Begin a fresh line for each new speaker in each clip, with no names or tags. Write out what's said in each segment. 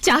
家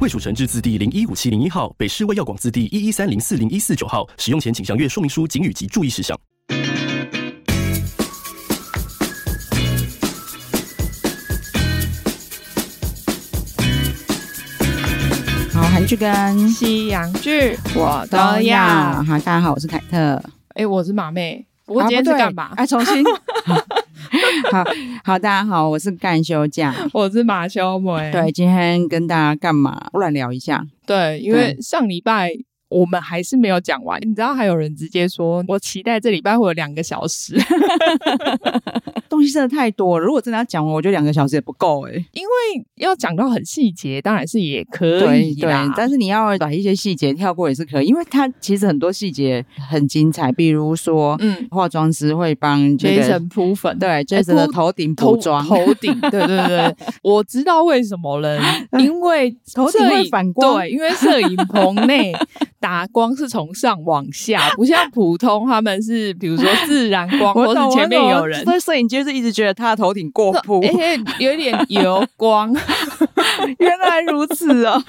卫蜀成字字第零一五七零一号，北市卫药广字第一一三零四零一四九号。使用前请详阅说明书、警语及注意事项。
好，韩剧跟
西洋剧我都要。
哈，大家好，我是凯特。
哎、我是马妹，不过今天是干嘛？
啊，不对啊重新。好好，大家好，我是干休假。
我是马修梅。
对，今天跟大家干嘛？乱聊一下。
对，因为上礼拜。我们还是没有讲完，你知道还有人直接说，我期待这礼拜会有两个小时，
东西真的太多了，如果真的要讲完，我觉得两个小时也不够哎、
因为要讲到很细节，当然是也可
对
以
对
啦，。
但是你要把一些细节跳过也是可以，因为它其实很多细节很精彩，比如说、
嗯
化妆师会帮这个
，Jason 铺粉，哎
对 Jason 的
铺
头顶
头
补妆，
头顶，对对 对，我知道为什么了，因为
嗯头顶
摄
会
影
反光
对，因为摄影棚内打光是从上往下，不像普通他们是比如说自然光，
我
或
懂
是前面
我懂
有人。哎
所以摄影机是一直觉得他的头顶过曝，
而且有一点油 光，
原来如此哦，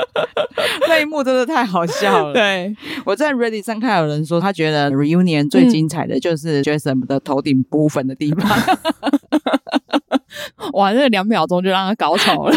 那一幕真的太好笑了。
对，
我在 Reddit 上看有人说，他觉得 reunion 最精彩的就是
嗯
Jason 的头顶部分的地方。
哇，那两秒钟就让他搞丑了。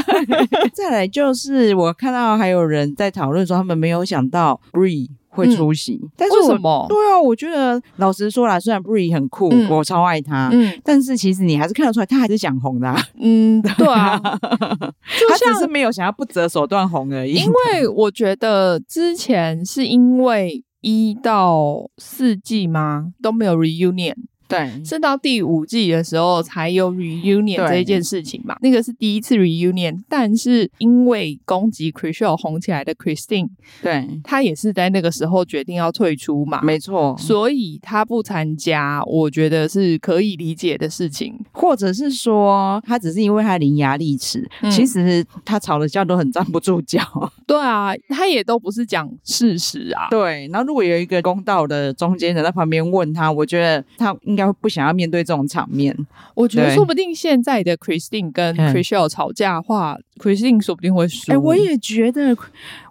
再来就是我看到还有人在讨论说，他们没有想到 Bree 会出席，但是
嗯为
我
什么
对啊，我觉得老实说啦，虽然 Bree 很酷，
嗯
我超爱他。
嗯
但是其实你还是看得出来，他还是想红的、啊，
嗯，对啊，就
他
像
只是没有想要不择手段红而已。
因为我觉得之前是因为一到四季吗都没有 reunion，
对
是到第五季的时候才有 reunion
对
这一件事情嘛？那个是第一次 reunion，但是因为攻击 Chriselle 红起来的 Christine，
对，
她也是在那个时候决定要退出嘛，
没错。
所以她不参加，我觉得是可以理解的事情。
或者是说，他只是因为他伶牙俐齿，
嗯
其实他吵的架都很站不住 脚。
对啊，她也都不是讲事实啊。
对，然后如果有一个公道的中间人在旁边问他，我觉得他应该会不想要面对这种场面。
我觉得
对
说不定现在的 Christine 跟
嗯
Chriselle 吵架的话、c h r i s t i n e 说不定会输。
哎、我也觉得，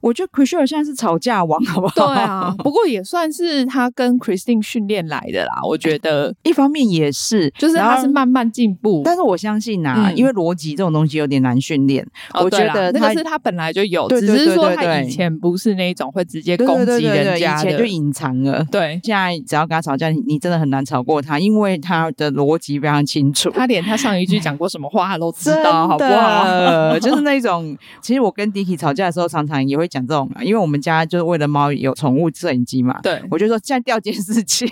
我觉得 c h r i s e l 现在是吵架王，好不好？
对啊，不过也算是她跟 Christine 训练来的啦，我觉得。
一方面也是，
就是
然后
他是慢慢进步，
但是我相信啊，
嗯
因为逻辑这种东西有点难训练，
哦
我
对
觉
啦
得
那
他
个是他本来就有，
对
只
对
是
对
说
对
他
对
以前不是那种会直接
对
攻
对对
击
对
人
对，
家
以前
的
就，隐藏了。
对
现在只要跟他吵架，你你真的很难吵过他，因为他的逻辑非常清楚。
他连他上一句讲过什么话他都知
真的，
道，好不好？
就是那种，其实我跟 Dicky 吵架的时候，常常也会讲这种啊，因为我们家就是为了猫有宠物摄影机嘛，
对，
我就说现在掉监视器。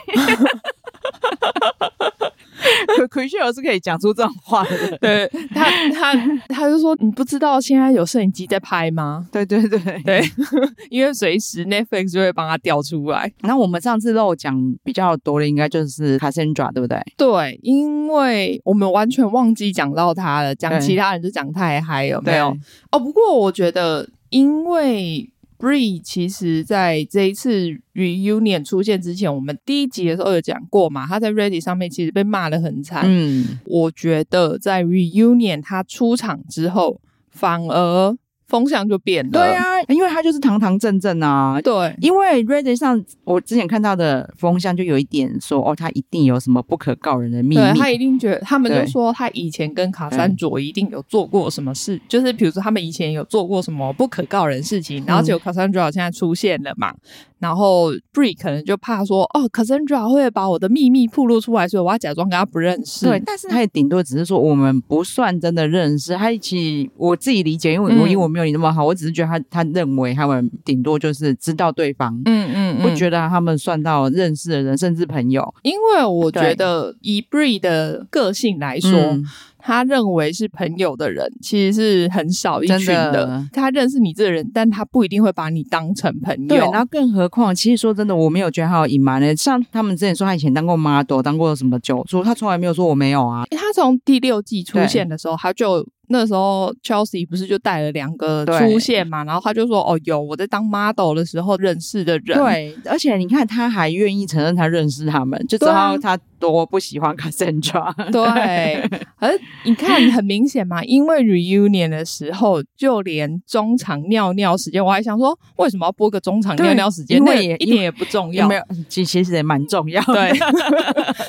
可奎秀是可以讲出这种话的人，
对他他他就说你不知道现在有摄影机在拍吗？
对对对。
对， 因为随时 Netflix 就会帮他调出来。
然后我们上次漏讲比较多的，应该就是 Cassandra，对不对？
对，因为我们完全忘记讲到他了，讲
对
其他人就讲太嗨，有没有
对？
哦，不过我觉得，因为 Bree 其实在这一次 reunion 出现之前，我们第一集的时候有讲过嘛，他在 Ready 上面其实被骂的很惨。
嗯，
我觉得在 reunion 他出场之后，反而风向就变了。
对，啊，因为他就是堂堂正正啊。
对。
因为 Reddit 上我之前看到的风向就有一点说，哦，他一定有什么不可告人的秘密。
对他一定觉得，他们
对嗯
就说他以前跟卡山卓一定有做过什么事，就是比如说他们以前有做过什么不可告人事情，
嗯
然后结果卡山卓现在出现了嘛，然后 Bree 可能就怕说，哦，卡山卓会把我的秘密暴露出来，所以我要假装跟他不认识。
对，但是他也顶多只是说我们不算真的认识，他一起我自己理解，因为我、
嗯
因为我没有你那么好，我只是觉得他他认为他们顶多就是知道对方，
嗯嗯，
不觉得他们算到认识的人，甚至朋友
因为我觉得以 Bree 的个性来说，
嗯
他认为是朋友的人其实是很少一群
真
的。
的
他认识你这个人，但他不一定会把你当成朋友。
对，然后更何况，其实说真的，我没有觉得他有隐瞒的。像他们之前说他以前当过 model，当过什么酒助，他从来没有说我没有啊。
欸他从第六季出现的时候，他就那时候 Chelsea 不是就带了两个
对
出现嘛，然后他就说：“哦，有我在当 model 的时候认识的人。”，
对，而且你看，他还愿意承认他认识他们，就知
对
道
啊
他多不喜欢 Cassandra。
对，而你看很明显嘛，因为 reunion 的时候，就连中场尿尿时间，我还想说为什么要播个中场
对
尿尿时间，
因为
那个
也
一点也不重
有
要
没。有？其其实也蛮重要的。
对，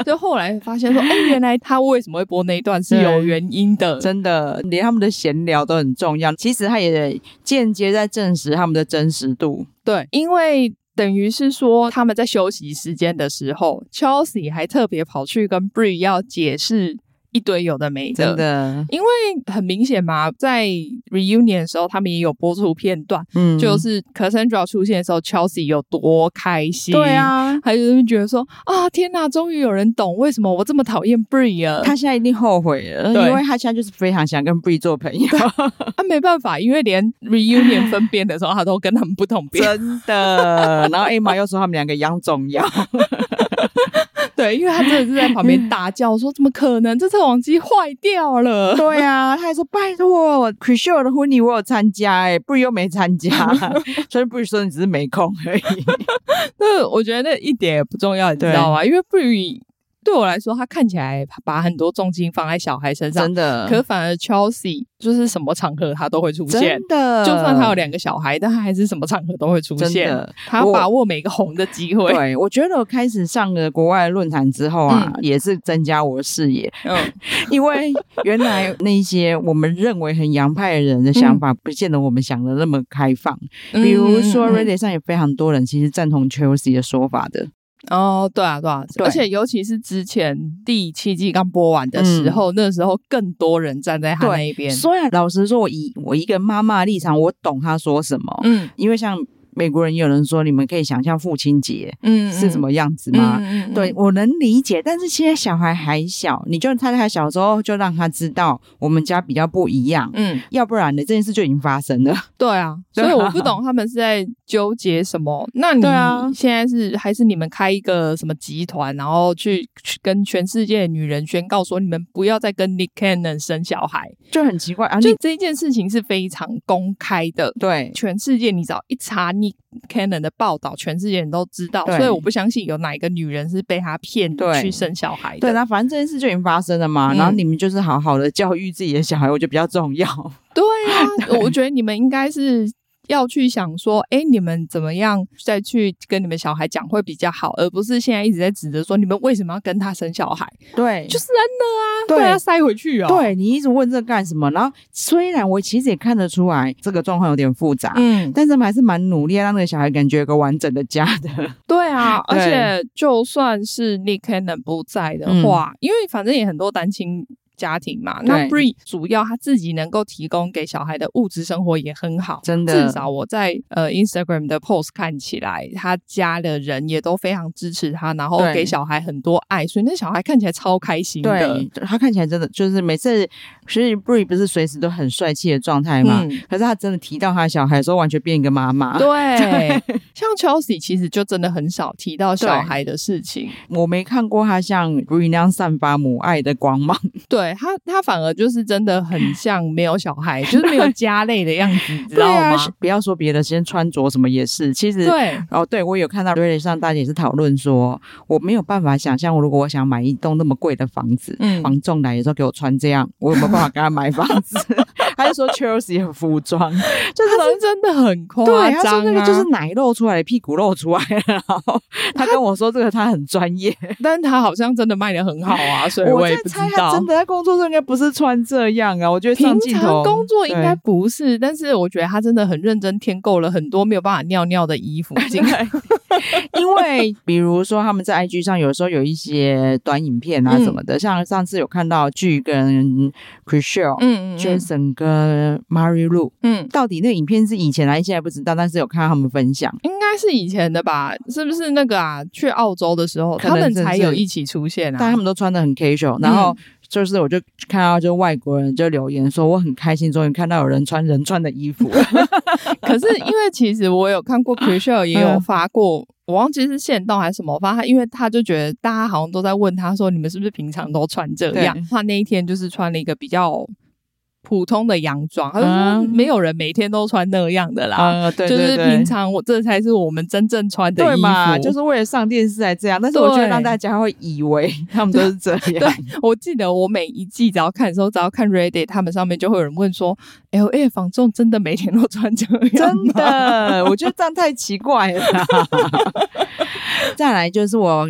就后来 发现说，哎、原来他为什么会播那一段是有原因的。
真的，连他们的闲聊都很重要。其实他也间接在证实他们的真实度。
对，因为等于是说他们在休息时间的时候，Chelsea 还特别跑去跟 Bree 要解释一堆有的没
真的，
因为很明显嘛，在 reunion 的时候，他们也有播出片段，
嗯
就是 Cassandra 出现的时候，Chelsea 有多开心。
对，啊。
还有人觉得说啊，天哪，终于有人懂为什么我这么讨厌 Bree 了。
他现在一定后悔了，
对
因为他现在就是非常想跟 Bree 做朋友，
啊，没办法，因为连 reunion 分辨的时候，他都跟他们不同辨。
真的。然后 Emma 又说他们两个一样重要，
对，因为他真的是在旁边大叫说：“怎么可能？这测谎机坏掉了。”
对啊，他还说拜托 c h r i s t a 的婚礼我有参加、哎，Bree 又没参 加，所以 Bree 说你只是没空而已。
那我觉得那一点也不重要，你知道吗？因为 Bree 对我来说，他看起来把很多重金放在小孩身上，
的
可反而 Chelsea 就是什么场合他都会出现
真。的，
就算他有两个小孩，但他还是什么场合都会出
真
现
的。
他
我
把握每个红的机会。
对，我觉得我开始上了国外论坛之后啊，也是增加我的视野，
嗯，
因为原来那些我们认为很洋派的人的想法，不见得我们想的那么开放。比如说
嗯嗯嗯嗯
Reddit 上有非常多人其实赞同 Chelsea 的说法的，
哦，对啊，对啊，
对
而且尤其是之前第七季刚播完的时候，那时候更多人站在他
对
那一边。
虽然老实说，我以我一个妈妈的立场，我懂她说什么，
嗯
因为像美国人也有人说，你们可以想象父亲节
嗯
是什么样子吗？
吗？嗯嗯嗯
对，我能理解，但是现在小孩还小，你就他他小时候就让他知道我们家比较不一样，
嗯，
要不然呢这件事就已经发生了。
对啊，
对
所
啊
以我不懂他们是在纠结什么。那你
对啊
现在是还是你们开一个什么集团，然后去去跟全世界的女人宣告说，你们不要再跟 Nick Cannon 生小孩？
就很奇怪啊！
就
你
这一件事情是非常公开的。
对
全世界，你只要一查 Nick Cannon 的报道，全世界人都知道，
对
所以我不相信有哪一个女人是被他骗
对
去生小孩
对，
的。
那反正这件事就已经发生了嘛，
嗯
然后你们就是好好的教育自己的小孩，我觉得比较重要。
对啊，我觉得你们应该是要去想说，哎，你们怎么样再去跟你们小孩讲会比较好，而不是现在一直在指着说你们为什么要跟他生小孩，
对，
就是是
对
扔了啊，被他塞回去哦。，
对你一直问这干什么？然后虽然我其实也看得出来这个状况有点复杂。
嗯，
但是他们还是蛮努力，让那个小孩感觉有个完整的家的。
对啊，而
对嗯
且就算是 Nick Cannon 不在的话，因为反正也很多单亲家庭嘛，那
对
Bree 主要他自己能够提供给小孩的物质生活也很好，
真的
至少我在呃 Instagram 的 post 看起来，他家的人也都非常支持他，然后
对
给小孩很多爱，所以那小孩看起来超开心的
对。，他看起来真的就是每次，所以 Bree 不是随时都很帅气的状态吗？
嗯
可是他真的提到他的小孩的时候，完全变一个妈妈。
对，像 Chelsea 其实就真的很少提到小
啊对
孩的事情，
我没看过他像 Bree 那样散发母爱的光芒。
对他，他反而就是真的 很像没有小孩，就是没有家累的样子，你知
知道
道
吗？
吗？
不要说别的，先穿着什么也是。其实，
啊对
哦，对我有看到 Reddit 上大家也是讨论说，我没有办法想象，如果我想买一栋那么贵的房子，
嗯
房仲来的时候给我穿这样，我有没有办法跟他买房子？ 他就说 Chelsea 的服装，就是
他是真的很夸
对，他
张、啊，
说那个就是奶露出来的，屁股露出来了。然 后他跟我说这个他很专业，
但他好像真的卖的很好啊，所以
我
也
在
不知
猜他
道。
真的在工作上应该不是穿这样啊。我觉得上
平
镜头
常工作应该
对
不是，但是我觉得他真的很认真添购了很多没有办法尿尿的 衣服进来。
因为比如说他们在 IG 上有时候有一些短影片啊
嗯
什么的，像上次有看到剧跟 c h r i s t e l
嗯
Jason 跟个 Mary Lou，
嗯，
到底那个影片是以前还是现在不知道，但是有看到他们分享。
应该是以前的吧？是不是那个啊？去澳洲的时候，
可
他
能
们
真
才
是
有一起出现
但
啊
他。们都穿的很 casual，然后就是我就看到就外国人就留言说我很开心，终于看到有人穿人穿的衣 服了。
可是因为其实我有看过 c r i s h e l 也有发过，我忘记是线动还是什么发，他因为他就觉得大家好像都在问他说，你们是不是平常都穿这样
对？
他那一天就是穿了一个比较普通的洋装，他就说
嗯
没有人每天都穿那样的啦，
啊，对
就是平常我这才是我们真正穿的衣
对
服，
嘛，就是为了上电视才这样。但是我觉得
对
让大家会以 为他们都是这样。
对，我记得我每一季只要看的时候，只要看 Reddit，他们上面就会有人问说：“L A 房仲真的每天都穿这样吗？”
真的， 我觉得这样太奇怪了。 再来就是我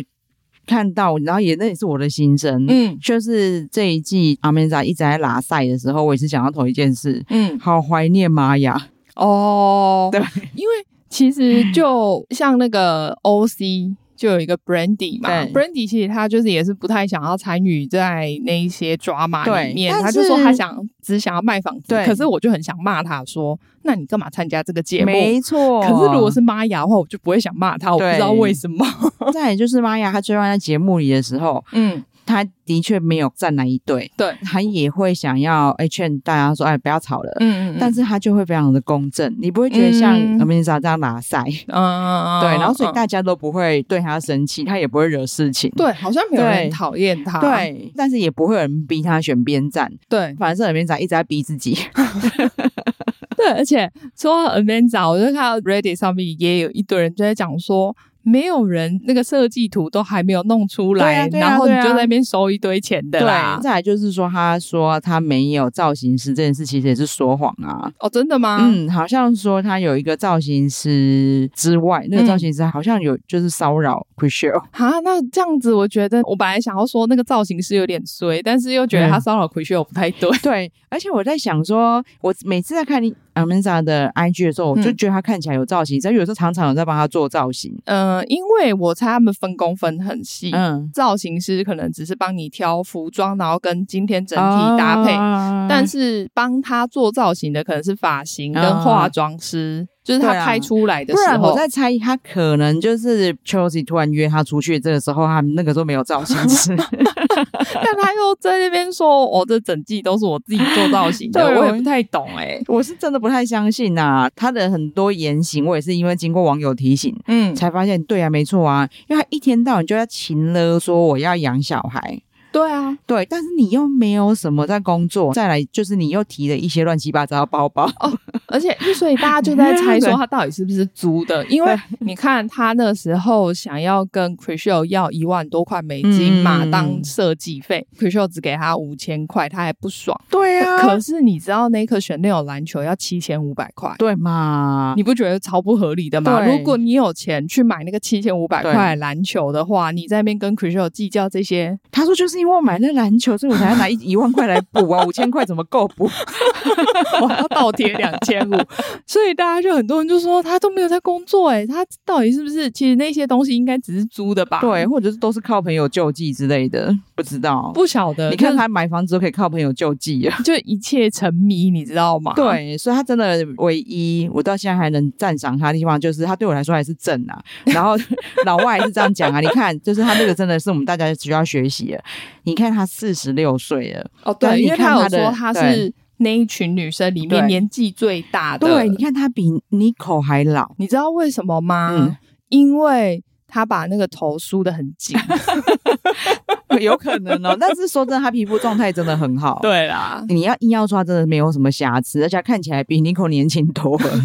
看到，然后也那也是我的心声，
嗯
就是这一季阿梅莎一直在拉赛的时候，我也是想到同一件事，
嗯
好怀念玛雅。
哦，
对，
因为其实就像那个 O C。就有一个 Brandy 嘛
对
，Brandy 其实他就是也是不太想要参与在那一些抓马
对
里面，
但
他就说
是
他想只想要卖房子
对，
可是我就很想骂他说，那你干嘛参加这个节目？
没错，
可是如果是玛雅的话，我就不会想骂他，我不
对
知道为什么。
再来就是玛雅，她最后在节目里的时候，
嗯，
她的确没有站哪一队，
对，
她也会想要哎劝大家说哎不要吵了，
嗯
但是她就会非常的公正，你不会觉得像
嗯
阿米莎这样拉塞，
嗯，
对，然后所以
嗯
大家都不会对她生气，她也不会惹事情，
对，啊好像没有
对
人讨厌他，
对，但是也不会有人逼她选边站，
对
反正是边站一直在逼自己，
对，而且说到 Amanda，我就看到 Reddit 上面也有一堆人就在讲说。没有人那个设计图都还没有弄出来，
对啊对啊
然后你
对啊
就在那边收一堆钱的啦。
再来就是说，她说她没有造型师这件事，其实也是说谎啊。
哦，真的吗？
嗯，好像说他有一个造型师之外，那个
嗯
造型师好像有就是骚 扰 c r i s h e l
啊，那这样子，我觉得我本来想要说那个造型师有点衰，但是又觉得他
嗯
骚扰奎秀不太对。
对，而且我在想说，我每次在看你 Amanda 的 IG 的时候，我就
嗯
觉得她看起来有造型，但有时候常常有在帮她做造型。
嗯、因为我猜他们分工分很细，
嗯，
造型师可能只是帮你挑服装，然后跟今天整体搭配。
啊
但是帮他做造型的可能是发型跟
啊
化妆师，就是
对
他
啊
拍出来的
不
时
然
候。
我在猜，他可能就是 Chelsea 突然约他出去，这个时候他那个时候没有造型 师，
但 他又在那边说：“哦，这整季都是我自己做造型的，
对
我
我
也不太懂哎、
我是真的不太相信呐、他的很多言行，我也是因为经过网友提醒，
嗯，
才发现，对啊，没错啊，因为他一天到晚就在勤了说我要养小孩，
对啊，
对，但是你又没有什么在工作，再来就是你又提了一些乱七八糟的包包，
哦而且所以大家就在猜 说
对
他到底是不是租的，因为你看他那时候想要跟 c r i s h e l 要一万多块美金嘛、
嗯
当设计费 c r i s h e l 只给他五千块，他还不爽。
对
可是你知道那颗选那种篮球要七千五百块，
对嘛，
你不觉得超不合理的吗？
对
如果你有钱去买那个七千五百
对
块篮球的话，你在那边跟 c r i s t a l 计较这些，
他说就是因为我买那篮球，所以我才要拿一一万块来补啊，五千块怎么够补？
我要倒贴两千 五，所以大家就很多人就说他都没有在工作、欸，他到底是不是？其实那些东西应该只是租的吧？，
对，或者是都是靠朋友救济之类的，不知道。
不晓得。
你看
就
他买房子都可以靠朋友救济啊。
就一切沉迷，你知道吗？，
对，所以他真的唯一我到现在还能赞赏他的地方，就是他对我来说还是正啊。然后老外还是这样讲啊，你看，就是他那个真的是我们大家需要学习的。你看他四十六岁了，
哦
但
对，
你
因为
看
有
他的
说他是那一群女生里面
对
年纪最大的，
对，你看他比 n i c o 还老。
你知道为什么吗？
嗯
因为他把那个头梳的很 紧。
有可能哦。但是说真的，他皮肤状态真的很好。。
对啦，
你要硬要说，他真的没有什么瑕疵，而且他看起来比 n i c o 年轻多 了。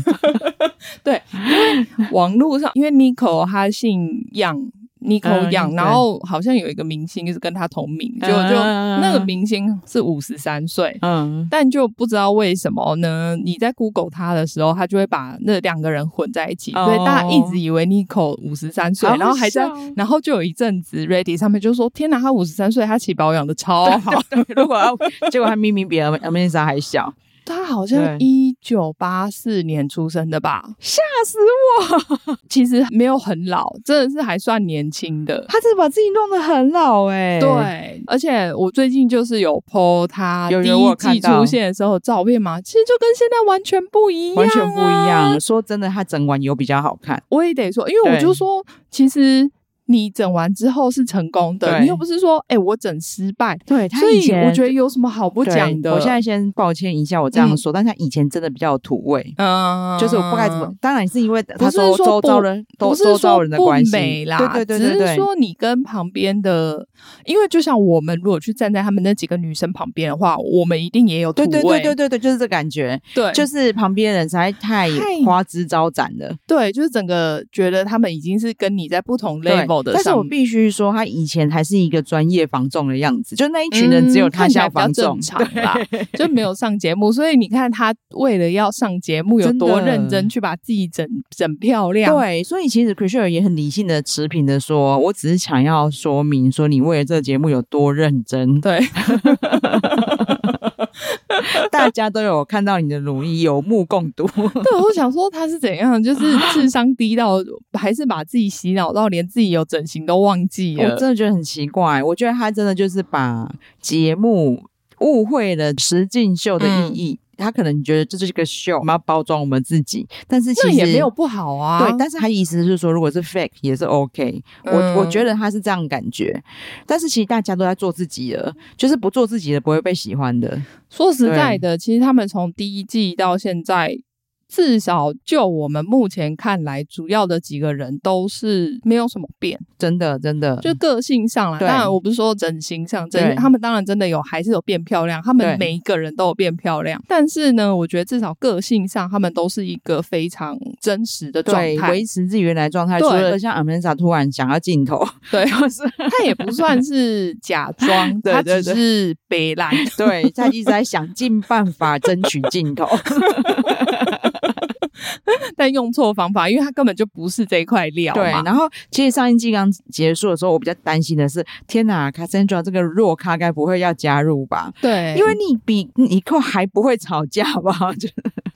网络上因为 Nico 他姓杨，Nico
嗯
杨、
对
然后好像有一个明星就是跟他同名，就
嗯
就那个明星是五十三岁。
嗯，
但就不知道为什么呢？你在 Google 他的时候，他就会把那两个人混在一起，
哦
所以大家一直以为 Nico 五十三岁
好，
然后还在
好笑，
然后就有一阵子 Ready 上面就说：“天哪，
哦
他五十三岁，他其实保养的超好。
如果要结果他明明比 Amanda 还小，
他好
对
像一九八四年出生的吧？
吓死
哇， 其实没有很老，真的是还算年轻的。
他真的把自己弄得很老哎、
对，而且我最近就是有 PO 他
有
第
有我
一
有看
季
到
出现的时候的照片嘛，其实就跟现在完全不一样、啊
完全不一。样。啊说真的，他整晚有比较好看。
我也得说，因为我
对
就说，其实你整完之后是成功的，
对
你又不是说，哎、我整失败。
对他
所
以
以
前
我觉得有什么好不
对
讲的？
我现在先抱歉一下，我这样说，但是他以前真的比较有土味。
嗯，
就是我不该怎么，当然是因为他
不是
周
说
周
不
遭人都
不是
周遭
说
人的
不
关系，
美啦，
对对对对
只是
对，
说你跟旁边的，因为就像我们如果去站在他们那几个女生旁边的话，我们一定也有土
对对
味，
对对对对，就是这感觉，
对
就
就是
旁边人实在太
太
花枝招展了。
对，就是整个觉得他们已经是跟你在不同
对
level 的
但是
上
我
面，
必须说，他以前还是一个专业防重的样子，就那一群人只有
嗯
他
看起
像
来比较
防重
正，常啦，就没有上节目，所以你看他为了要上节目有
真的
多认真去把自己整整漂亮，
对，所以其实 c h r i s h e r 也很理性的持平的说，我只是想要说明说你为了这个节目有多认真，
对
大家都有看到你的努力，有目共 睹。
对，我想说他是怎样，就是智商低到还是把自己洗脑到连自己有整形都忘记
我
了。
真的觉得很奇怪，我觉得他真的就是把节目误会了实境秀的
嗯
意义。他可能觉得这就是个秀，我们要包装我们自己，但是其
那
实
也没有不好啊，
对，但是他意思是说，如果是 fake 也是 OK 我。我、
嗯
觉得他是这样感觉，但是其实大家都在做自己了，就是不做自己的不会被喜欢的。
说实在的，其实他们从第一季到现在，至少就我们目前看来，主要的几个人都是没有什么变，
真的，真的，
就个性上啦。
嗯对
当然，我不是说整形上，
对
整他们当然真的有还是有变漂亮，他
对
们每一个人都有变漂亮。但是呢，我觉得至少个性上，他们都是一个非常真实的状
对，
态
维。持自己原来状态。除
对
了像 Amanda 突然想要镜头，
对，他也不算是假 装，
对
他
对
只
对
是北蓝。
对，他一直在想尽办法争取镜 头。
但用错方法，因为他根本就不是这一块料
对，
嘛。
然后其实上一季刚结束的时候，我比较担心的是，天哪，Cassandra 这个弱咖该不会要加入吧？
对
因为你比尼寇还不会吵架吧？ 就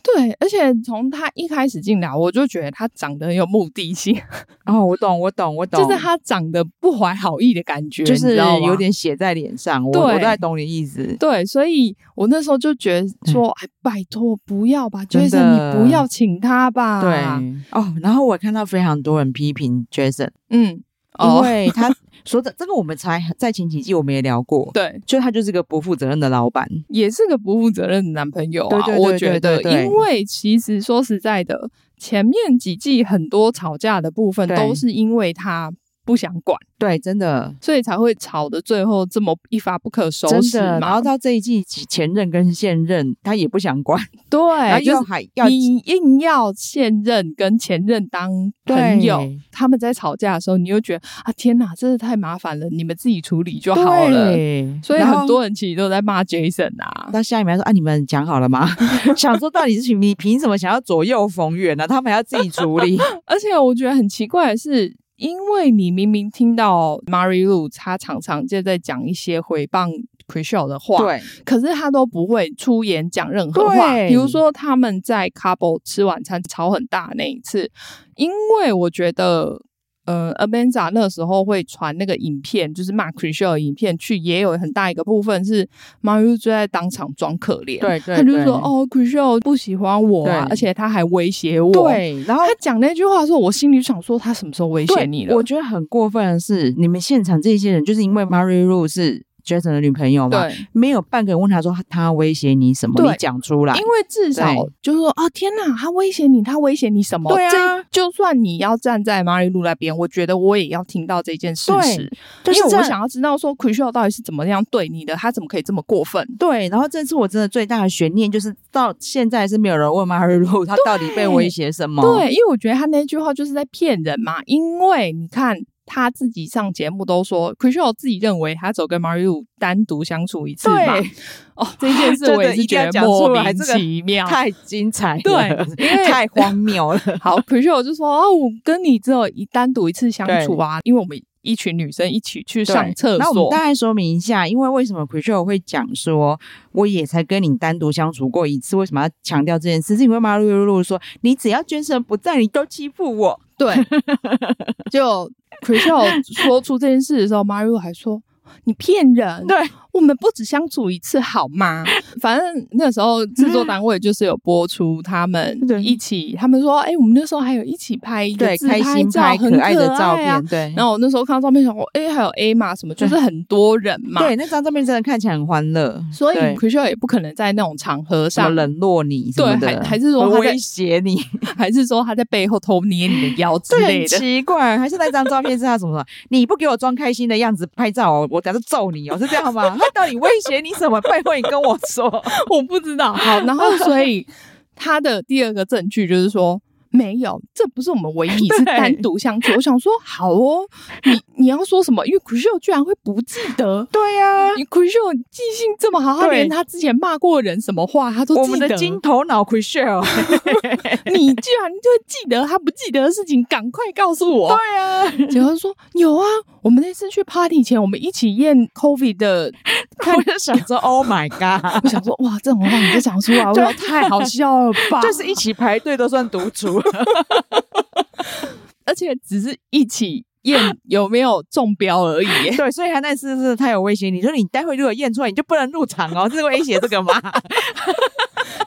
对，而且从他一开始进来，我就觉得他长得很有目的性，
哦，我懂，我懂，我懂，
就是他长得不怀好意的感觉，
就是
你知道吗
有。点写在脸上，我
对
我大概懂你意思。
对，所以我那时候就觉得说，哎，拜托不要吧
嗯真的
，Jason，你不要请他吧。
对，哦，然后我看到非常多人批评 Jason，
嗯，
因
哦，
为他说的这个我们才在前几季我们也聊过，
对，
就他就是个不负责任的老板，
也是个不负责任的男朋友啊。
对对对
我觉得，
对对对
因为其实说实在的，前面几季很多吵架的部分
对
都是因为他不想管，
对，真的。
所以才会吵的最后这么一发不可收
真
拾
的，然
嘛
后。到这一季前任跟现任，他也不想管，
对，
然后
就
又
是
还要
你硬要现任跟前任当朋友
对，
他们在吵架的时候，你又觉得啊，天哪，真的太麻烦了，你们自己处理就
对，
好了。所以
然后
很多人其实都在骂 Jason 啊，
到下一秒说啊，你们讲好了吗？ 想说到底是你凭什么想要左右逢源呢、他们还要自己处 理，
而且我觉得很奇怪的是。因为你明明听到 Mary Lou，她常常就在讲一些回谤 c r i s h e l 的话，
对
可是他都不会出言讲任何话。
对
比如说他们在 Couple 吃晚餐吵很大那一次，因为我觉得。呃 a m a n d a 那时候会传那个影片，就是骂 c r i s h e l 的影片去，也有很大一个部分是 Mario 就在当场装可怜，
对对，
他就
对
说哦 c r i s h e l 不喜欢我、啊，
对
而且他还威胁我。，
对，然后
他讲那句话的时候，我心里想说他什么时候威胁
对
你了？
我觉得很过分的是，你们现场这些人就是因为 Mary Lou 是 Jason 的女朋友嘛，
对，
没有半个人问他说他威胁你什么，
对
你讲出来
因。为至少
对
就是说，哦，天哪，他威胁你，他威胁你什么？
对啊
这就算你要站在马里路那边，我觉得我也要听到这件事实，
对就是
因为
这
我
样
想要知道说 c r i s h e l 到底是怎么样对你的，他怎么可以这么过分？
对，然后这次我真的最大的悬念就是到现在是没有人问 Mary Lou 她到底被威胁什么。
对，因为我觉得他那句话就是在骗人嘛，因为你看。他自己上节目都说 c r i s h e l 自己认为他走跟 Mario 单独相处一次嘛。
对
哦，这 件事我也是觉得莫名其妙。
太精彩了，
对因为
太荒谬了。
好，可是我就说哦，我跟你只有一单独一次相处啊，因为我们。一群女生一起去
对
上厕
那我们
所
大。概说明一下，因为为什么 p r e s h o 会讲说，我也才跟你单独相处过一次，为什么要强调这件事？是因为妈露露露说，你只要捐神不在，你都欺负我。
对，就 c r i s h e 说出这件事的时候，Mario 还说。你骗人！
对，
我们不止相处一次好吗？反正那时候制作单位就是有播出他们
对
一起，他们说，哎、我们那时候还有一起拍一个
对，
自
开
拍
心
照，
拍
很可
爱的照
啊
片，对。
然后我那时候看到照片，想说，哎、还有 A 嘛什么，就是
对
很多人嘛。
对，，那张照片真的看起来很欢乐，
所以
对
c r i s h e 也不可能在那种场合
什么
上，
冷落你什
对
么的，
还还是说他在
威胁 你，
还是说他在背后偷捏你 的腰之
这
类
很
的。
奇怪。还是那张照片是他怎么说？你不给我装开心的样子拍照哦，我等下就揍你哦，是这样吗？他到底威胁你什么？拜托你跟我说。
我不知道。好，然后所以他的第二个证据就是说。没有，这不是我们唯一一 次
对
单独相处。我想说，好哦，你你要说什么？因为 c r i s h e 居然会不记得，
对呀、
你 c r i s h e 记性这么好，他
对
连他之前骂过人什么话他都记得。
我们的金头脑 c r i s h e l
你居然就记得他不记得的事情，赶快告诉我。
对啊，
结果他说有啊，我们那次去 party 前，我们一起验 COVID 的
我就想说，Oh my god，
我想说，哇，这种话你就讲出来，我说太好笑了 吧？
就是一起排队都算独处。
而且只是一起验有没有中标而已耶。
对，所以他那次是他有威胁你，说你待会如果验出来，你就不能入场哦，是威胁这个吗？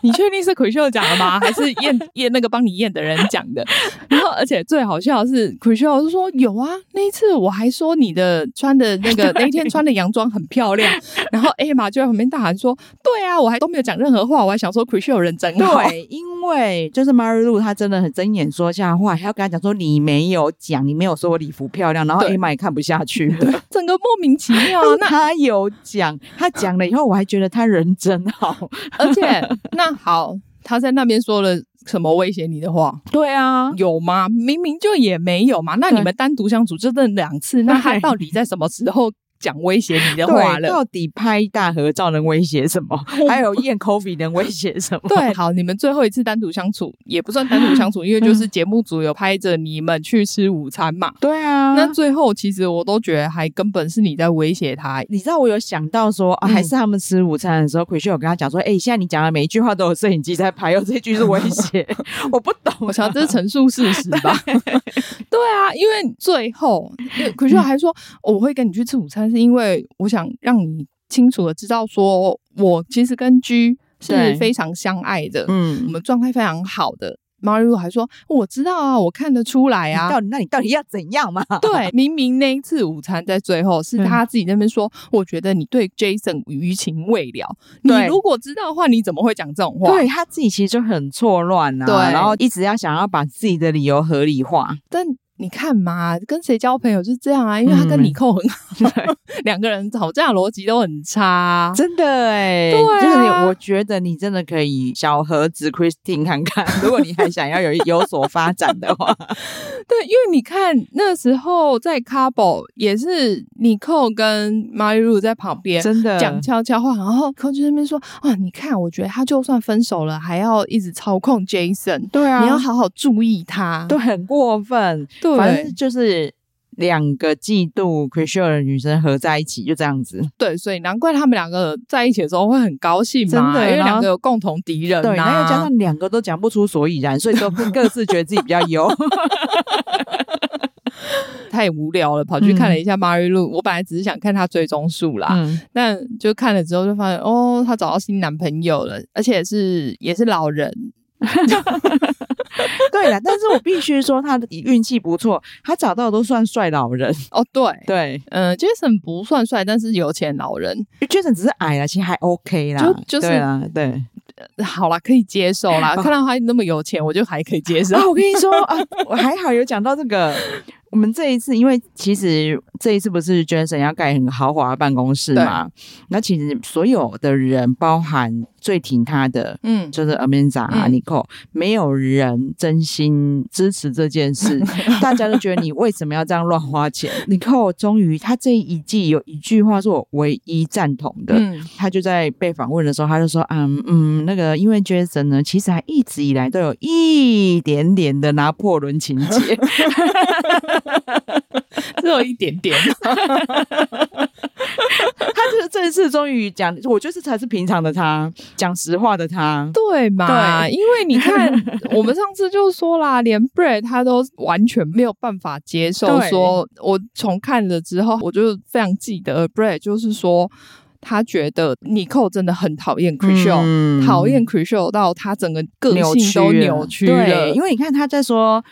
你确定是奎秀讲的吗？还是验验那个帮你验的人讲的？ 然后，而且最好笑的是，奎秀就说有啊，那一次我还说你的穿的那 个那一天穿的洋装很漂亮。然后艾玛就在旁边大喊说：“对啊，我还都没有讲任何话，我还想说奎秀人 真好。”
对，因为就是 Mary Lou 她真的很睁眼说瞎话，还要跟他讲说你没有讲，你没有说我礼服漂亮，然后
对
Emma 也看不下去了。
整个莫名其妙 啊。那
他有讲，他讲了以后，我还觉得他人真 好。
而且那好，他在那边说了什么威胁你的话？
对啊，
有吗？明明就也没有嘛。那
对
你们单独相处就这两次，那他
对
到底在什么时候讲威胁你的话
对，
了？
到底拍大合照能威胁什么？还 有验 COVID 能威胁什么？
对，好，你们最后一次单独相处也不算单独
嗯
相处，因为就是节目组有拍着你们去吃午餐嘛。
对啊，
那最后其实我都觉得还根本是你在威胁他，
你知道我有想到说，啊、
嗯
还是他们吃午餐的时候，奎秀有跟他讲说，哎、现在你讲的每一句话都有摄影机在拍，有这句是威 胁，我不懂啊、
我想这是陈述事实吧？ 对啊，因为最后，因为可
嗯
是我还说、哦我会跟你去吃午餐，是因为我想让你清楚的知道说，我其实跟 G
对
是非常相爱的，我
嗯，
们状态非常好的。Mario 还说我知道啊，我看得出来
你
啊。
到底那你到底要怎样嘛？
对，明明那一次午餐在最后是
嗯
他自己在那边说，我觉得你对 Jason 余情未了。你
对
如果知道的话，你怎么会讲这种话？
对他自己其实就很错乱啊，
对
然后一直要想要把自己的理由合理化，
但你看嘛，跟谁交朋友就是这样啊，因为他跟
嗯
你扣很好， 两个人吵架逻辑都很差啊、
真的哎、
对啊
就是你我觉得你真的可以小盒子 Christine 看看，如果你还想要有有所发展的话，
对，因为你看那时候在 Couple 也是你扣跟 Mario 在旁 边。
真的
讲悄悄话，然后扣就在那边说啊，你看，我觉得他就算分手了，还要一直操控 Jason，、
对啊，
你要好好注意他。
都很过分，
对
反正就是两个嫉妒 c r i s h e 的女生合在一起，就这样子。
对，所以难怪他们两个在一起的时候会很高兴嘛，
真的
因为
然后
两个有共同敌人、啊。
对，然后又加上两个都讲不出所以然，所以都各自觉得自己比较 优。
太无聊了，跑去看了一下 Mary Lou、我本来只是想看她追踪数啦，
嗯，
但就看了之后就发现，哦，她找到新男朋友了，而且是也是老人。
对了，但是我必须说她的运气不错，她找到的都算帅老人。
哦，对，
对
嗯、j a s o n 不算帅，但是有钱老人，
，Jason 只是矮了，其实还 OK 啦，
就就是
对啦， 对。
好啦，可以接受啦。
哦
看到他那么有钱，我就还可以接受
啊，。我跟你说啊，我还好有讲到这个。我们这一次，因为其实这一次不是 Jason 要盖很豪华的办公室嘛？那其实所有的人，包含最挺他的，
嗯，
就是 Amanda 啊、
嗯
Nicole，没有人真心支持这件 事，大家都觉得你为什么要这样乱花钱？Nicole 终于，他这一季有一句话是我唯一赞同的，
嗯，
他就在被访问的时候，他就说：“嗯嗯，那个因为 Jason 呢，其实还一直以来都有 一点点的拿破仑情节，
这热一点点。
他这个正式终于讲，我觉得这才是平常的他，讲实话的他。
对嘛？因为你 看，我们上次就说啦，连 Brad 他都完全没有办法接受
对
说。我重看了之后，我就非常记得 Brad 就是说，他觉得 Nicole 真的很讨厌 c r i s h e
嗯
讨厌 c r i s h e 到他整个个
扭
性
曲
都
了
扭曲了。
对，因为你看他在说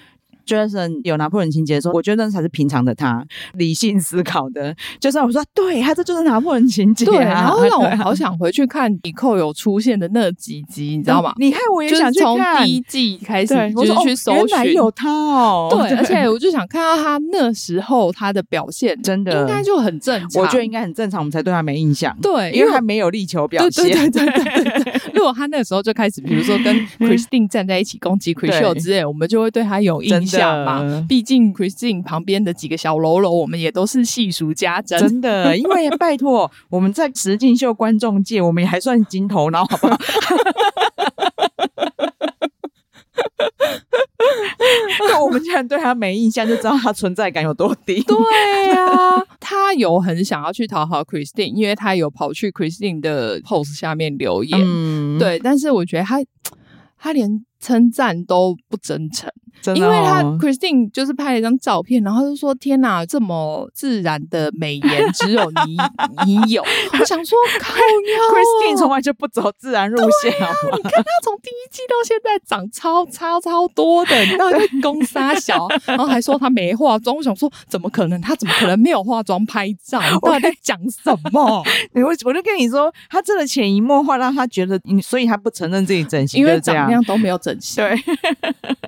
Jason 有拿破仑情节的时候，我觉得那才是平常的他，理性思考的。就算我说对他这就是拿破仑情节、啊，
对，然后让我
对啊
好想回去看 Nicole 有出现的那几集，哦你知道吗？
你看我也
就是
想去
从
看
第一季开始
对，，我
就
说
是去
哦
搜
原来
寻。
有他 哦，
对，而且我就想看到他那时候他的表现，
真的
应该就很正常。
我觉得应该很正常，我们才对他没印象。
对，
因为
我
他没有力求表
对
现，嗯
对对 对对对对。如果他那个时候就开始，比如说跟 Christine 站在一起攻击 Christine 之类，我们就会对他有印象
真的
嘛。毕竟 Christine 旁边的几个小喽啰，我们也都是细数家珍。
真的，因 为拜托，我们在实境秀观众界，我们也还算金头脑，好不 好？那我们竟然对他没印象，就知道他存在感有多低。
对呀、他有很想要去讨好 Christine，因为他有跑去 Christine 的 post 下面留言。
嗯，
对，但是我觉得他他连称赞都不真诚。
真的
因为他
哦
Christine 就是拍了一张照片，然后就说：“天哪，这么自然的美颜只有 你你有。”我想说，靠你
Christine
哦
从来就不走自然路线，好不好
你看他从第一季到现在长超超超多的，你到底在攻杀小，啊然后还说他没化妆，我想说怎么可能？他怎么可能没有化妆拍照？你到底在讲什么？
你 我我就跟你说，他真的潜移默化让他觉得你，所以他不承认自己整形，
因为
就是这
长
样
那样都没有 整形。
对，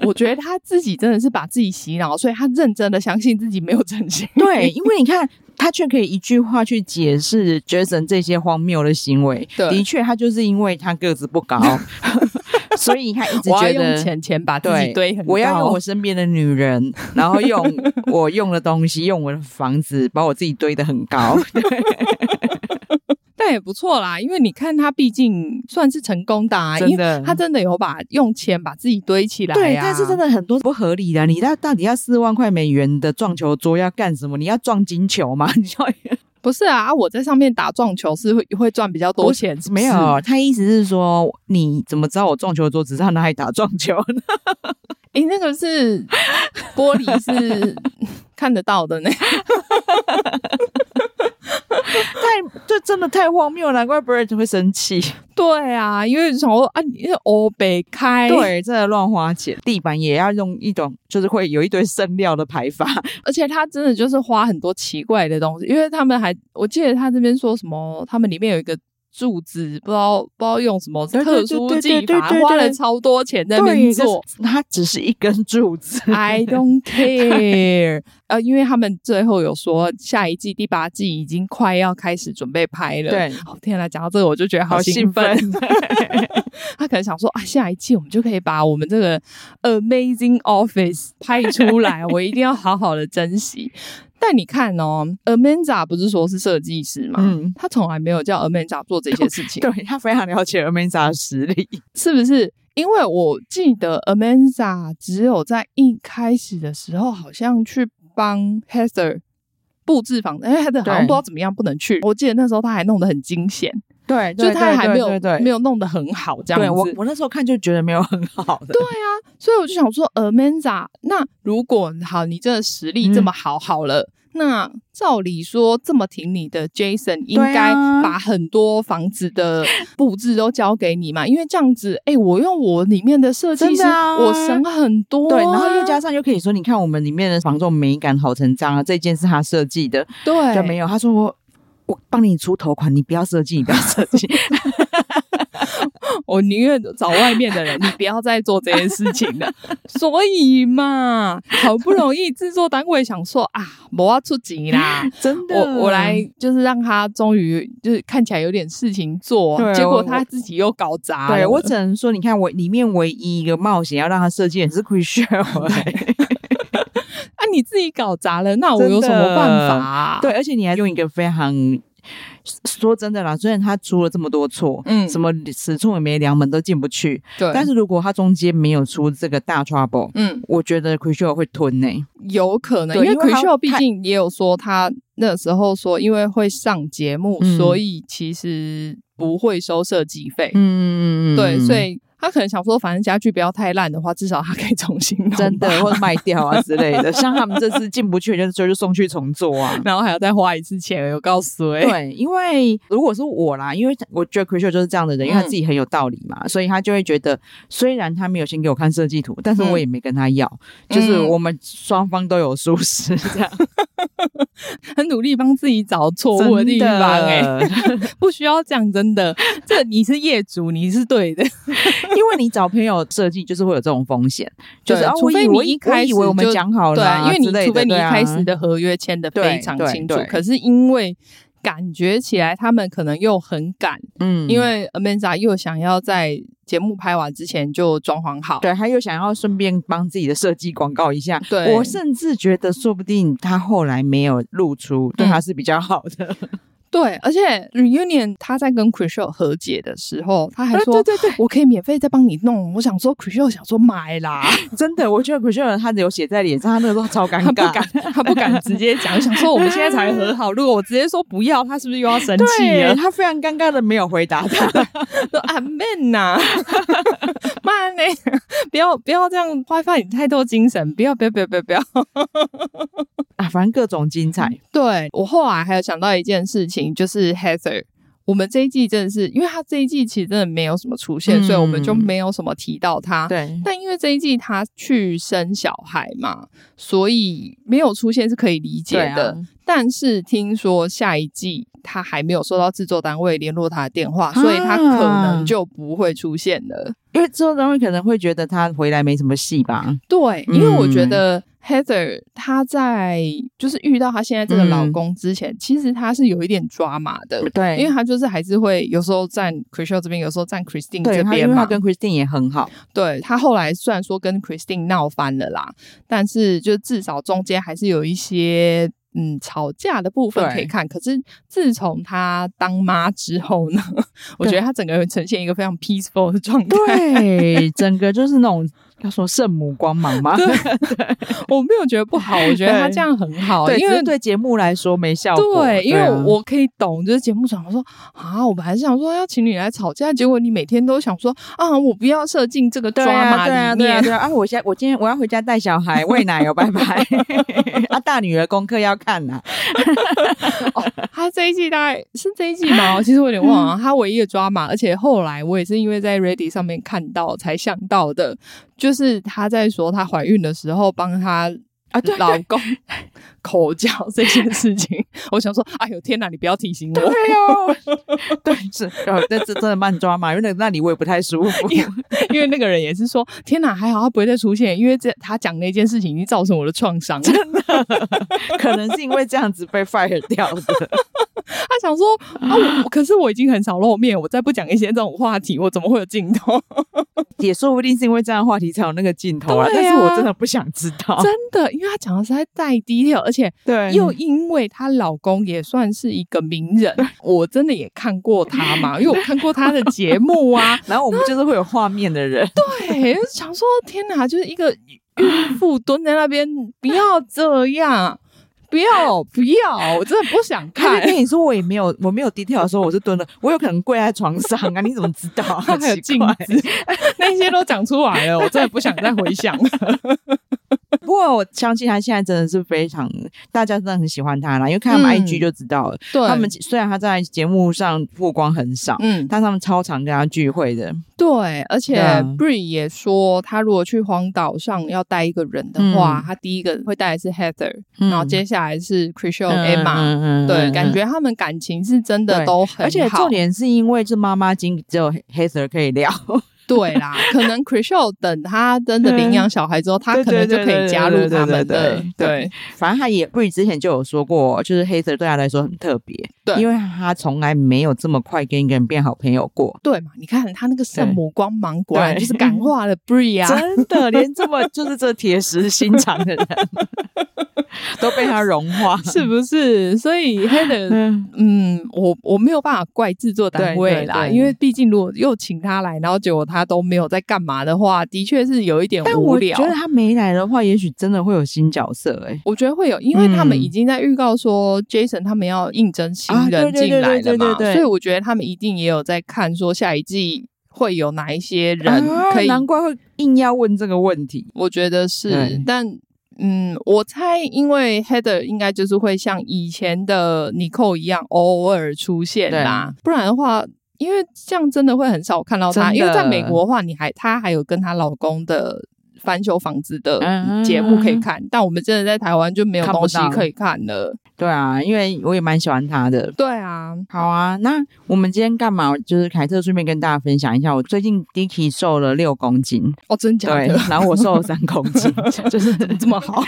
我觉得他自己真的是把自己洗脑，所以他认真的相信自己没有整 形。
对，因为你看，他却可以一句话去解释 Jason 这些荒谬的行为。
对
的确，他就是因为他个子不 高，所以他一直
我要
觉
用
得。
钱钱把自己
对
堆很，高。
我要用我身边的女人，然后 用我用的东西，用我的房子，把我自己堆得很 高。
但也不错啦，因为你看他毕竟算是成功的、啊，
真的
因为他真的有把用钱把自己堆起来、啊。
对，但是真
的
的很多不合理的。啊你到到底要四万块美元的撞球桌要干什么？你要撞金球吗？ 你要
不是啊，啊我在上面打撞球是会会赚比较多钱，是不是
没有？他意思是说，你怎么知道我撞球桌只是他拿来打撞球呢？
诶，那个 是玻璃是 看得到的呢。
太这真的太荒谬了，难怪 Brett 会生气。
对啊，因为从啊，你是欧北开，，
对，真的乱花钱，地板也要用一种就是会有一堆剩料的排法。
而且他真的就是花很多奇怪的东西，因为他们还我记得他这边说什么，他们里面有一个。柱子不知道不知道用什么
对对
特
对
殊
对
技
对对
法，
对
花
对
了超多钱在那边
就是
做，
它只是一根柱子。
I don't care 。呃，因为他们最后有说下一季第八季已经快要开始准备拍了。
对
哦天哪，讲到这个我就觉得 好兴奋。
兴
他可能想说啊，下一季我们就可以把我们这个 Amazing Office 拍出来，我一定要好好的珍惜。但你看哦，Amanda 不是说是设计师吗？
嗯
他从来没有叫 Amanda 做这些事 情。
对他非常了解 Amanda 的实力，
是不是？因为我记得 Amanda 只有在一开始的时候，好像去帮 Heather 布置房间，因为 Heather 好像
对
不知道怎么样不能去。我记得那时候他还弄得很惊险，
对
就是他还没有
对
没有弄得很好这样
对
子。
我我那时候看就觉得没有很好的，对，
所以我就想说，Amanda，那如果好，你这实力
嗯
这么好，好了。那照理说，这么挺你的 Jason
啊
应该把很多房子的布置都交给你嘛，因为这样子，哎、我用我里面的设计
真
师，
的啊
我省很多啊、
对，然后又加上又可以说，你看我们里面的防重美感好成章啊，这件是他设计的，
对，
就没有他说我我帮你出头款，你不要设计，你不要设计，
我宁愿找外面的人，你不要再做这件事情了。 所以嘛，好不容易制作单位想说啊，我要出级啦，
真的，
我我来就是让他终于就是看起来有点事情做，
对
结果
我
他自己又搞砸了。
对我只能说，你看我里面唯一一个冒险要让他设计也是 欸 Christian，
啊，你自己搞砸了，那我
真的
有什么办法、啊？
对，而且你还用一个非常说真的啦，虽然他出了这么多错，
嗯
什么尺寸也没量，门都进不去，
对，
但是如果他中间没有出这个大 trouble，
嗯，
我觉得 c r i s h 会吞呢、欸
有可能，
对
因为
因为
c
他
h r 毕竟也有说他那时候说，因为会上节目，
嗯
所以其实不会收设计费。
嗯，
对，所以他可能想说，反正家具不要太烂的话，至少他可以重新弄吧
真 的或者卖掉啊之类的，像他们这次进不去，就是就就送去重做 啊。
然后还要再花一次钱，有告诉哎、
对，因为如果是我啦，因为我觉得 c r i s h 就是这样的人，
嗯
因为他自己很有道理嘛，所以他就会觉得，虽然他没有先给我看设计图，但是我
嗯
也没跟他要，就是我们双方都有舒 适，这样
很努力帮自己找错误的地方哎、不需要讲真的，这你是业主，你是对的，
因为你找朋友设计，就是会有这种风险，就是
对
啊，
除
我以
非
我
你一
以
开
我
始
以为我们
就
讲好
对
了啊
啊，因为
之类的
你除非你一
对啊
开始的合约签的非
对
常
对
清楚
对，
可是因为感觉起来他们可能又很赶，
嗯
因为 Amanda 又想要在节目拍完之前就装潢好，
对，他又想要顺便帮自己的设计广告一下。
对
我甚至觉得，说不定他后来没有露出，
嗯
对他是比较好的。
对，而且 Reunion 他在跟 c r i s h 和解的时候，他还说，
呃对对
我可以免费再帮你弄。我想说 c r i s h 想说买啦，
对，真的，我觉得古秀他有写在脸上，他那个时候超尴
他不
尬。
敢，他不敢直接讲，想说我们现在才和好，如果我直接说不要，他是不是又要生气
对
了？
他非常尴尬的没有回答他，
说阿妹呐，慢呢、不要不要这样花费你太多精神，不要不要不要不要不要。
啊，反正各种精彩，
对我后来还有想到一件事情，就是 Heather。我们这一季真的是，因为他这一季其实真的没有什么出现，
嗯
所以我们就没有什么提到他。
对，
但因为这一季他去生小孩嘛，所以没有出现是可以理解
对啊
的。但是听说下一季他还没有收到制作单位联络他的电话，所以他可能就不会出现了。
因为制作单位可能会觉得他回来没什么戏吧。
对，因为我觉
嗯
得 Heather 她在就是遇到她现在这个老公之前，其实她是有一点抓马的，
嗯对
因为她就是还是会有时候站 c r i s t e l 这边，有时候站 Christine
对
这
他，因
边
为他
嘛。
跟 Christine 也很好，
对她后来虽然说跟 Christine 闹翻了啦，但是就至少中间还是有一些。嗯，吵架的部分
对
可以看，可是自从她当妈之后呢， 我觉得她整个人呈现一个非常 peaceful 的状态。
对，整个就是那种要说圣母光芒吗？
我没有觉得不好，我觉得她
对
这样很好，
对，
因
只
为
是对节目来说没效果。
对，因为
啊
我可以懂，就是节目组想说啊，我本来是想说要请你来吵架，结果你每天都想说啊，我不要射进这个抓
对啊，
马里
对
面。
啊， 对啊，对啊！啊，我现在我今天我要回家带小孩喂奶哦， 拜 拜。啊，大女儿功课要看啊呐、
他这一季大概是这一季吗？其实我有点忘 了。他唯一的抓马，而且后来我也是因为在 Ready 上面看到才想到的，就是她在说她怀孕的时候帮她。啊，对，老公 口交这件事情，我想说，哎呦天哪，你不要提醒我，
对哦，对是，哦，这这真的慢抓嘛，因为那那里我也不太舒服。
因为那个人也是说，天哪，还好他不会再出现，因为这他讲那件事情已经造成我的创伤了。
可能是因为这样子被 fire 掉的。
他想说啊，我可是我已经很少露面，我再不讲一些这种话题，我怎么会有镜 头？
也说不定是因为这样的话题才有那个镜头啊，
对啊
但是我真的不想知道。
真的，因为他讲的实在太 detail，而且
对
又因为她老公也算是一个名人，我真的也看过他嘛，因为我看过他的节目啊，
然后我们就是会有画面的人，
对，就想说天哪，就是一个孕妇蹲在那边，不要这样。不要不要！我真的不想
他
看
就。跟你说我也没有，我没有低调的时候，我是蹲的，我有可能跪在床上啊，你怎么知道、 啊？
他还有
奇
镜
怪
子，那些都讲出来了，我真的不想再回想了。
不过我相信他现在真的是非常，大家真的很喜欢他啦，因为看他们
嗯
IG 就知道了。
对
他们虽然他在节目上曝光很少，
嗯，
但他们超常跟他聚会的。
对，而且
对啊
Bree 也说，他如果去荒岛上要带一个人的话，
嗯
他第一个会带的是 Heather，、
嗯
然后接下来是 Chriselle、
嗯
Emma，、
嗯嗯
对，
嗯
感觉他们感情是真的
对
都很好，
而且重点是因为这妈妈经只有 Heather 可以聊，
对啦，可能 Chriselle 等他真的领养小孩之后，他
对
可能就
对对
可以
对
加
对
入
对
他们
对
的
对，对
对
反正他也 Bree 之前就有说过，就是 Heather 对他来说很特别，
对
因为他从来没有这么快跟一个人变好朋友过。
对嘛？你看他那个圣
对
母光芒，果然
对
就是感化了 Bree 啊。
真的，连这么就是这铁石心肠的人 都被他融化。
是不是？所 以 Heather，
嗯，
嗯，我我没有办法怪制作单位啦，
对对对
因为毕竟如果又请他来，然后结果他都没有在干嘛的话，的确是有一点
但
无
我
聊
觉。得他没来的话，也许真的会有新角色哎、
我觉得会有，因为他们
嗯
已经在预告说 Jason 他们要应征新
啊对
人
对
进来
对
了
对
嘛，
对对对
所以我觉得他们一定也有在看说下一季会有哪一些人
啊
可以
难怪会硬要问这个问题。
我觉得是
对，
但嗯，我猜因为 Heather 应该就是会像以前的 Nicole 一样偶尔出现啦，不然的话。因为这样真的会很少看到她，
真的
因为在美国的话，你还她还有跟她老公的翻修房子的
嗯
节目可以看，但我们真的在台湾就没有
看不
东西
到
可以看了。
对啊，因为我也蛮喜欢他的。
对啊，
好啊，那我们今天干嘛？就是凯特顺便跟大家分享一下，我最近 Dicky 瘦了六公斤，
哦，真假
对
的，
然后我瘦了三公 斤，就是
这么 好，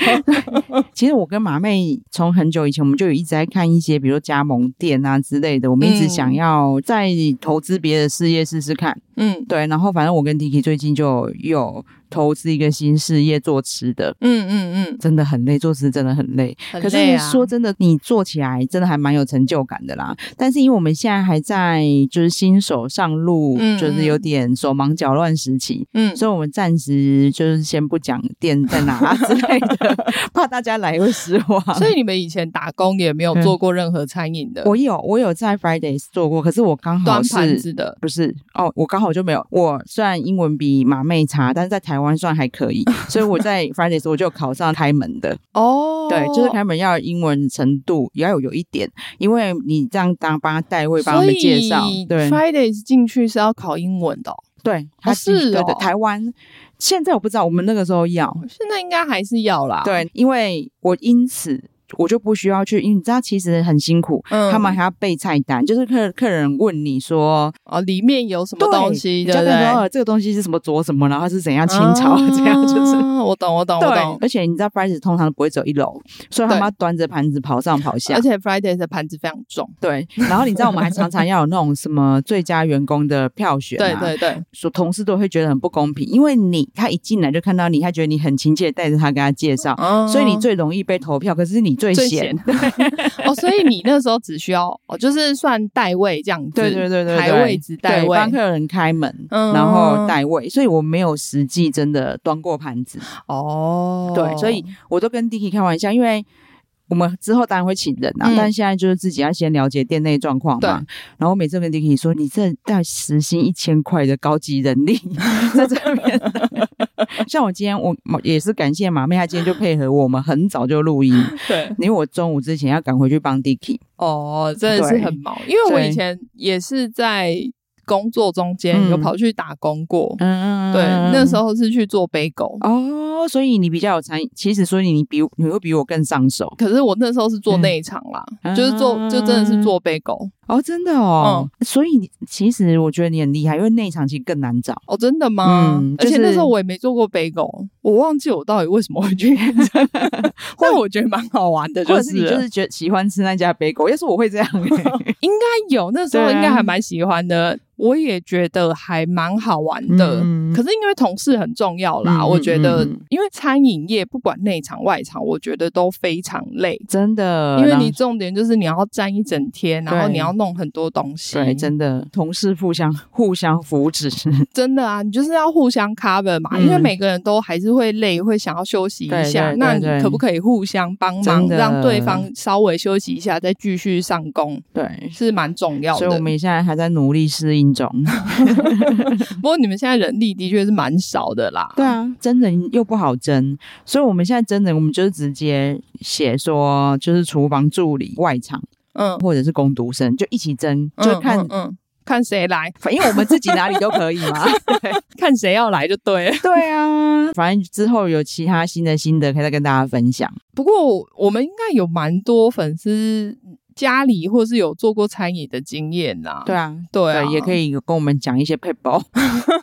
其实我跟马妹从很久以前，我们就有一直在看一些，比如说加盟店啊之类的，我们一直
嗯
想要再投资别的事业试试看。
嗯
对，然后反正我跟 Tiki 最近就有投资一个新事业做吃的。
嗯嗯嗯，
真的很累，做吃真的很累。
很
可
累
是
啊
说真的，你做起来真的还蛮有成就感的啦。但是因为我们现在还在就是新手上路，
嗯
就是有点手忙脚乱时期，
嗯，
所以我们暂时就是先不讲店在哪啊之类 的，怕大家来会失望。
所以你们以前打工也没有
嗯
做过任何餐饮的，
我有我有在 Fridays 做过，可是我刚好
端盘
是
子的，
不是哦？我刚好就没有。我虽然英文比马妹差，但是在台湾算还可以，所以我在 Fridays 我就考上开门的。
哦，
对，就是开门要英文程度也要有有一点，因为你这样当帮他带位，帮他们介绍
所以。
对
Fridays 进去是要考英文的哦、
对，他
是
对对
哦
台湾现在我不知道，我们那个时候要
现在应该还是要啦。，
对，因为我因此。我就不需要去，因为你知道，其实很辛苦，
嗯
他们还要背菜单，就是客客人问你说
哦，里面有什么
对
东西，
你
对
就
不
跟
对？
他说、呃、这个东西是什么左什么，然后是怎样清朝、这样就是。
啊 我懂，我懂，我懂。
而且你知道 Fridays 通常都不会走一楼，所以他
对
们要端着盘子跑上跑下
而。且 Fridays 的盘子非常重，
对，然后你知道我们还常常要有那种什么最佳员工的票选、啊，
对对对，
所同事都会觉得很不公平，因为你他一进来就看到你，他觉得你很亲切，带着他跟他介绍，
嗯
所以你最容易被投票，可是你最
最
闲。
哦，所以你那时候只需要哦，就是算代位这样子，
对对对对对，
排位置代
对
位
帮客人开门，
嗯
然后代位，所以我没有实际真的端过盘子。
哦，
对，所以我都跟 Dicky 开玩笑，因为我们之后当然会请人啊，
嗯
但现在就是自己要先了解店内状况
对
嘛。然后我每次跟 Dicky 说，你这大概时薪一千块的高级人力 在这边， 像我今天我我也是感谢马妹，她今天就配合我们很早就录音，
对
因为我中午之前要赶回去帮 Dicky。
哦，真的是
对
很忙，因为我
对
以前也是在工作中间
嗯
有跑去打工过，
嗯
对，那时
候。
候是去做杯狗。
哦，所以你比较有参与，其实所以你比你会比我更上手
可是我那时候是做内场啦，
嗯
就是做就真的是做杯狗
哦，真的哦，所以你其实我觉得你很厉害，因为内场其实更难找。
哦，真的吗？
嗯
而且
就是
那时候我也没做过杯狗，我忘记我到底为什么会去， 但我觉得蛮好玩的，
或
就
者是你
是
就是觉得喜欢吃那家北狗，要是我会这样、欸，
应该有那时候
对啊
应该还蛮喜欢的，我也觉得还蛮好玩的。
嗯
可是因为同事很重要啦，
嗯
我觉得
嗯嗯
因为餐饮业不管内场外场，我觉得都非常累。
真 的，
因为
然后
你重点就是你要站一整天，然后
对
你要弄很多东西，
对真的同事互相互相扶持，
真的啊，你就是要互相 cover 嘛，
嗯
因为每个人都还是会累，会想要休息一下。
对对对
那你
对
可不可以互相帮忙，
真的
让对方稍微休息一下，再继续上工，
对，
是蛮重要
所以
的
我。们现在还在努力适应中。
不过你们现在人力的确是蛮少的啦。
对啊，真人又不好争，所以我们现在真人我们就是直接写说，就是厨房助理、外场
嗯，
或者是工读生就一起争，就
嗯
看。
嗯嗯看谁来，
因为我们自己哪里都可以嘛， 对
看谁要来就对了。
对啊，反正之后有其他新的心得可以再跟大家分享。
不过我们应该有蛮多粉丝家里或是有做过餐饮的经验呐、
对啊，
对啊
也可以跟我们讲一些配包。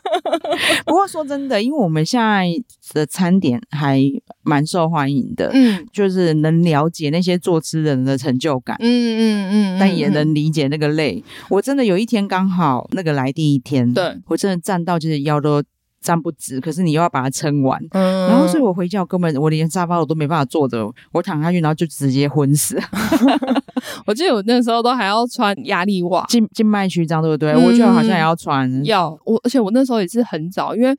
不过说真的，因为我们现在的餐点还蛮受欢迎的，
嗯
就是能了解那些做吃人的成就感
嗯。嗯嗯，
但也
嗯
能理解那个累。我真的有一天刚好那个来第一天，
对
我真的站到就是腰都站不直，可是你又要把它撑完。
嗯，
然后，所以我回家，我根本我连沙发我都没办法坐着，我躺下去，然后就直接昏死。
嗯我记得我那时候都还要穿压力袜，
静静脉曲张，对不对？
嗯
我觉得好像也要穿。
要我，而且我那时候也是很早，因为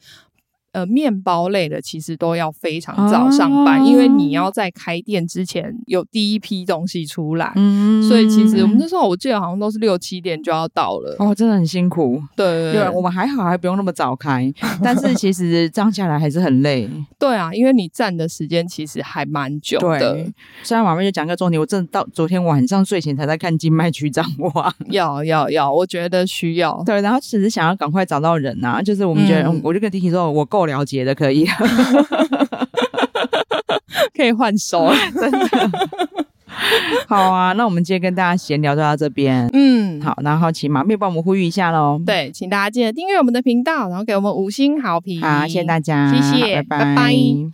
呃，面包类的其实都要非常早上班，
啊
因为你要在开店之前有第一批东西出来。
嗯
所以其实我们那时候我记得好像都是六七点就要到了，
哦，真的很辛苦。
对
对，我们还好，还不用那么早开， 但是其实这样下来还是很累。
对啊，因为你站的时间其实还蛮久的
对，，虽然马妹就讲一个重点，我真的到昨天晚上睡前才在看静脉曲张哇。
要要要，我觉得需要。
对，然后只是想要赶快找到人啊，就是我们觉得，
嗯
嗯我就跟 T T 说，我够了解的，可以，
可以换手 了。
真的。好啊，那我们今天跟大家闲聊就到这边。
嗯，
好，然后请马妹帮我们呼吁一下喽。，
对，请大家记得订阅我们的频道，然后给我们五星好评。
好，谢谢大家，
谢谢
拜
拜拜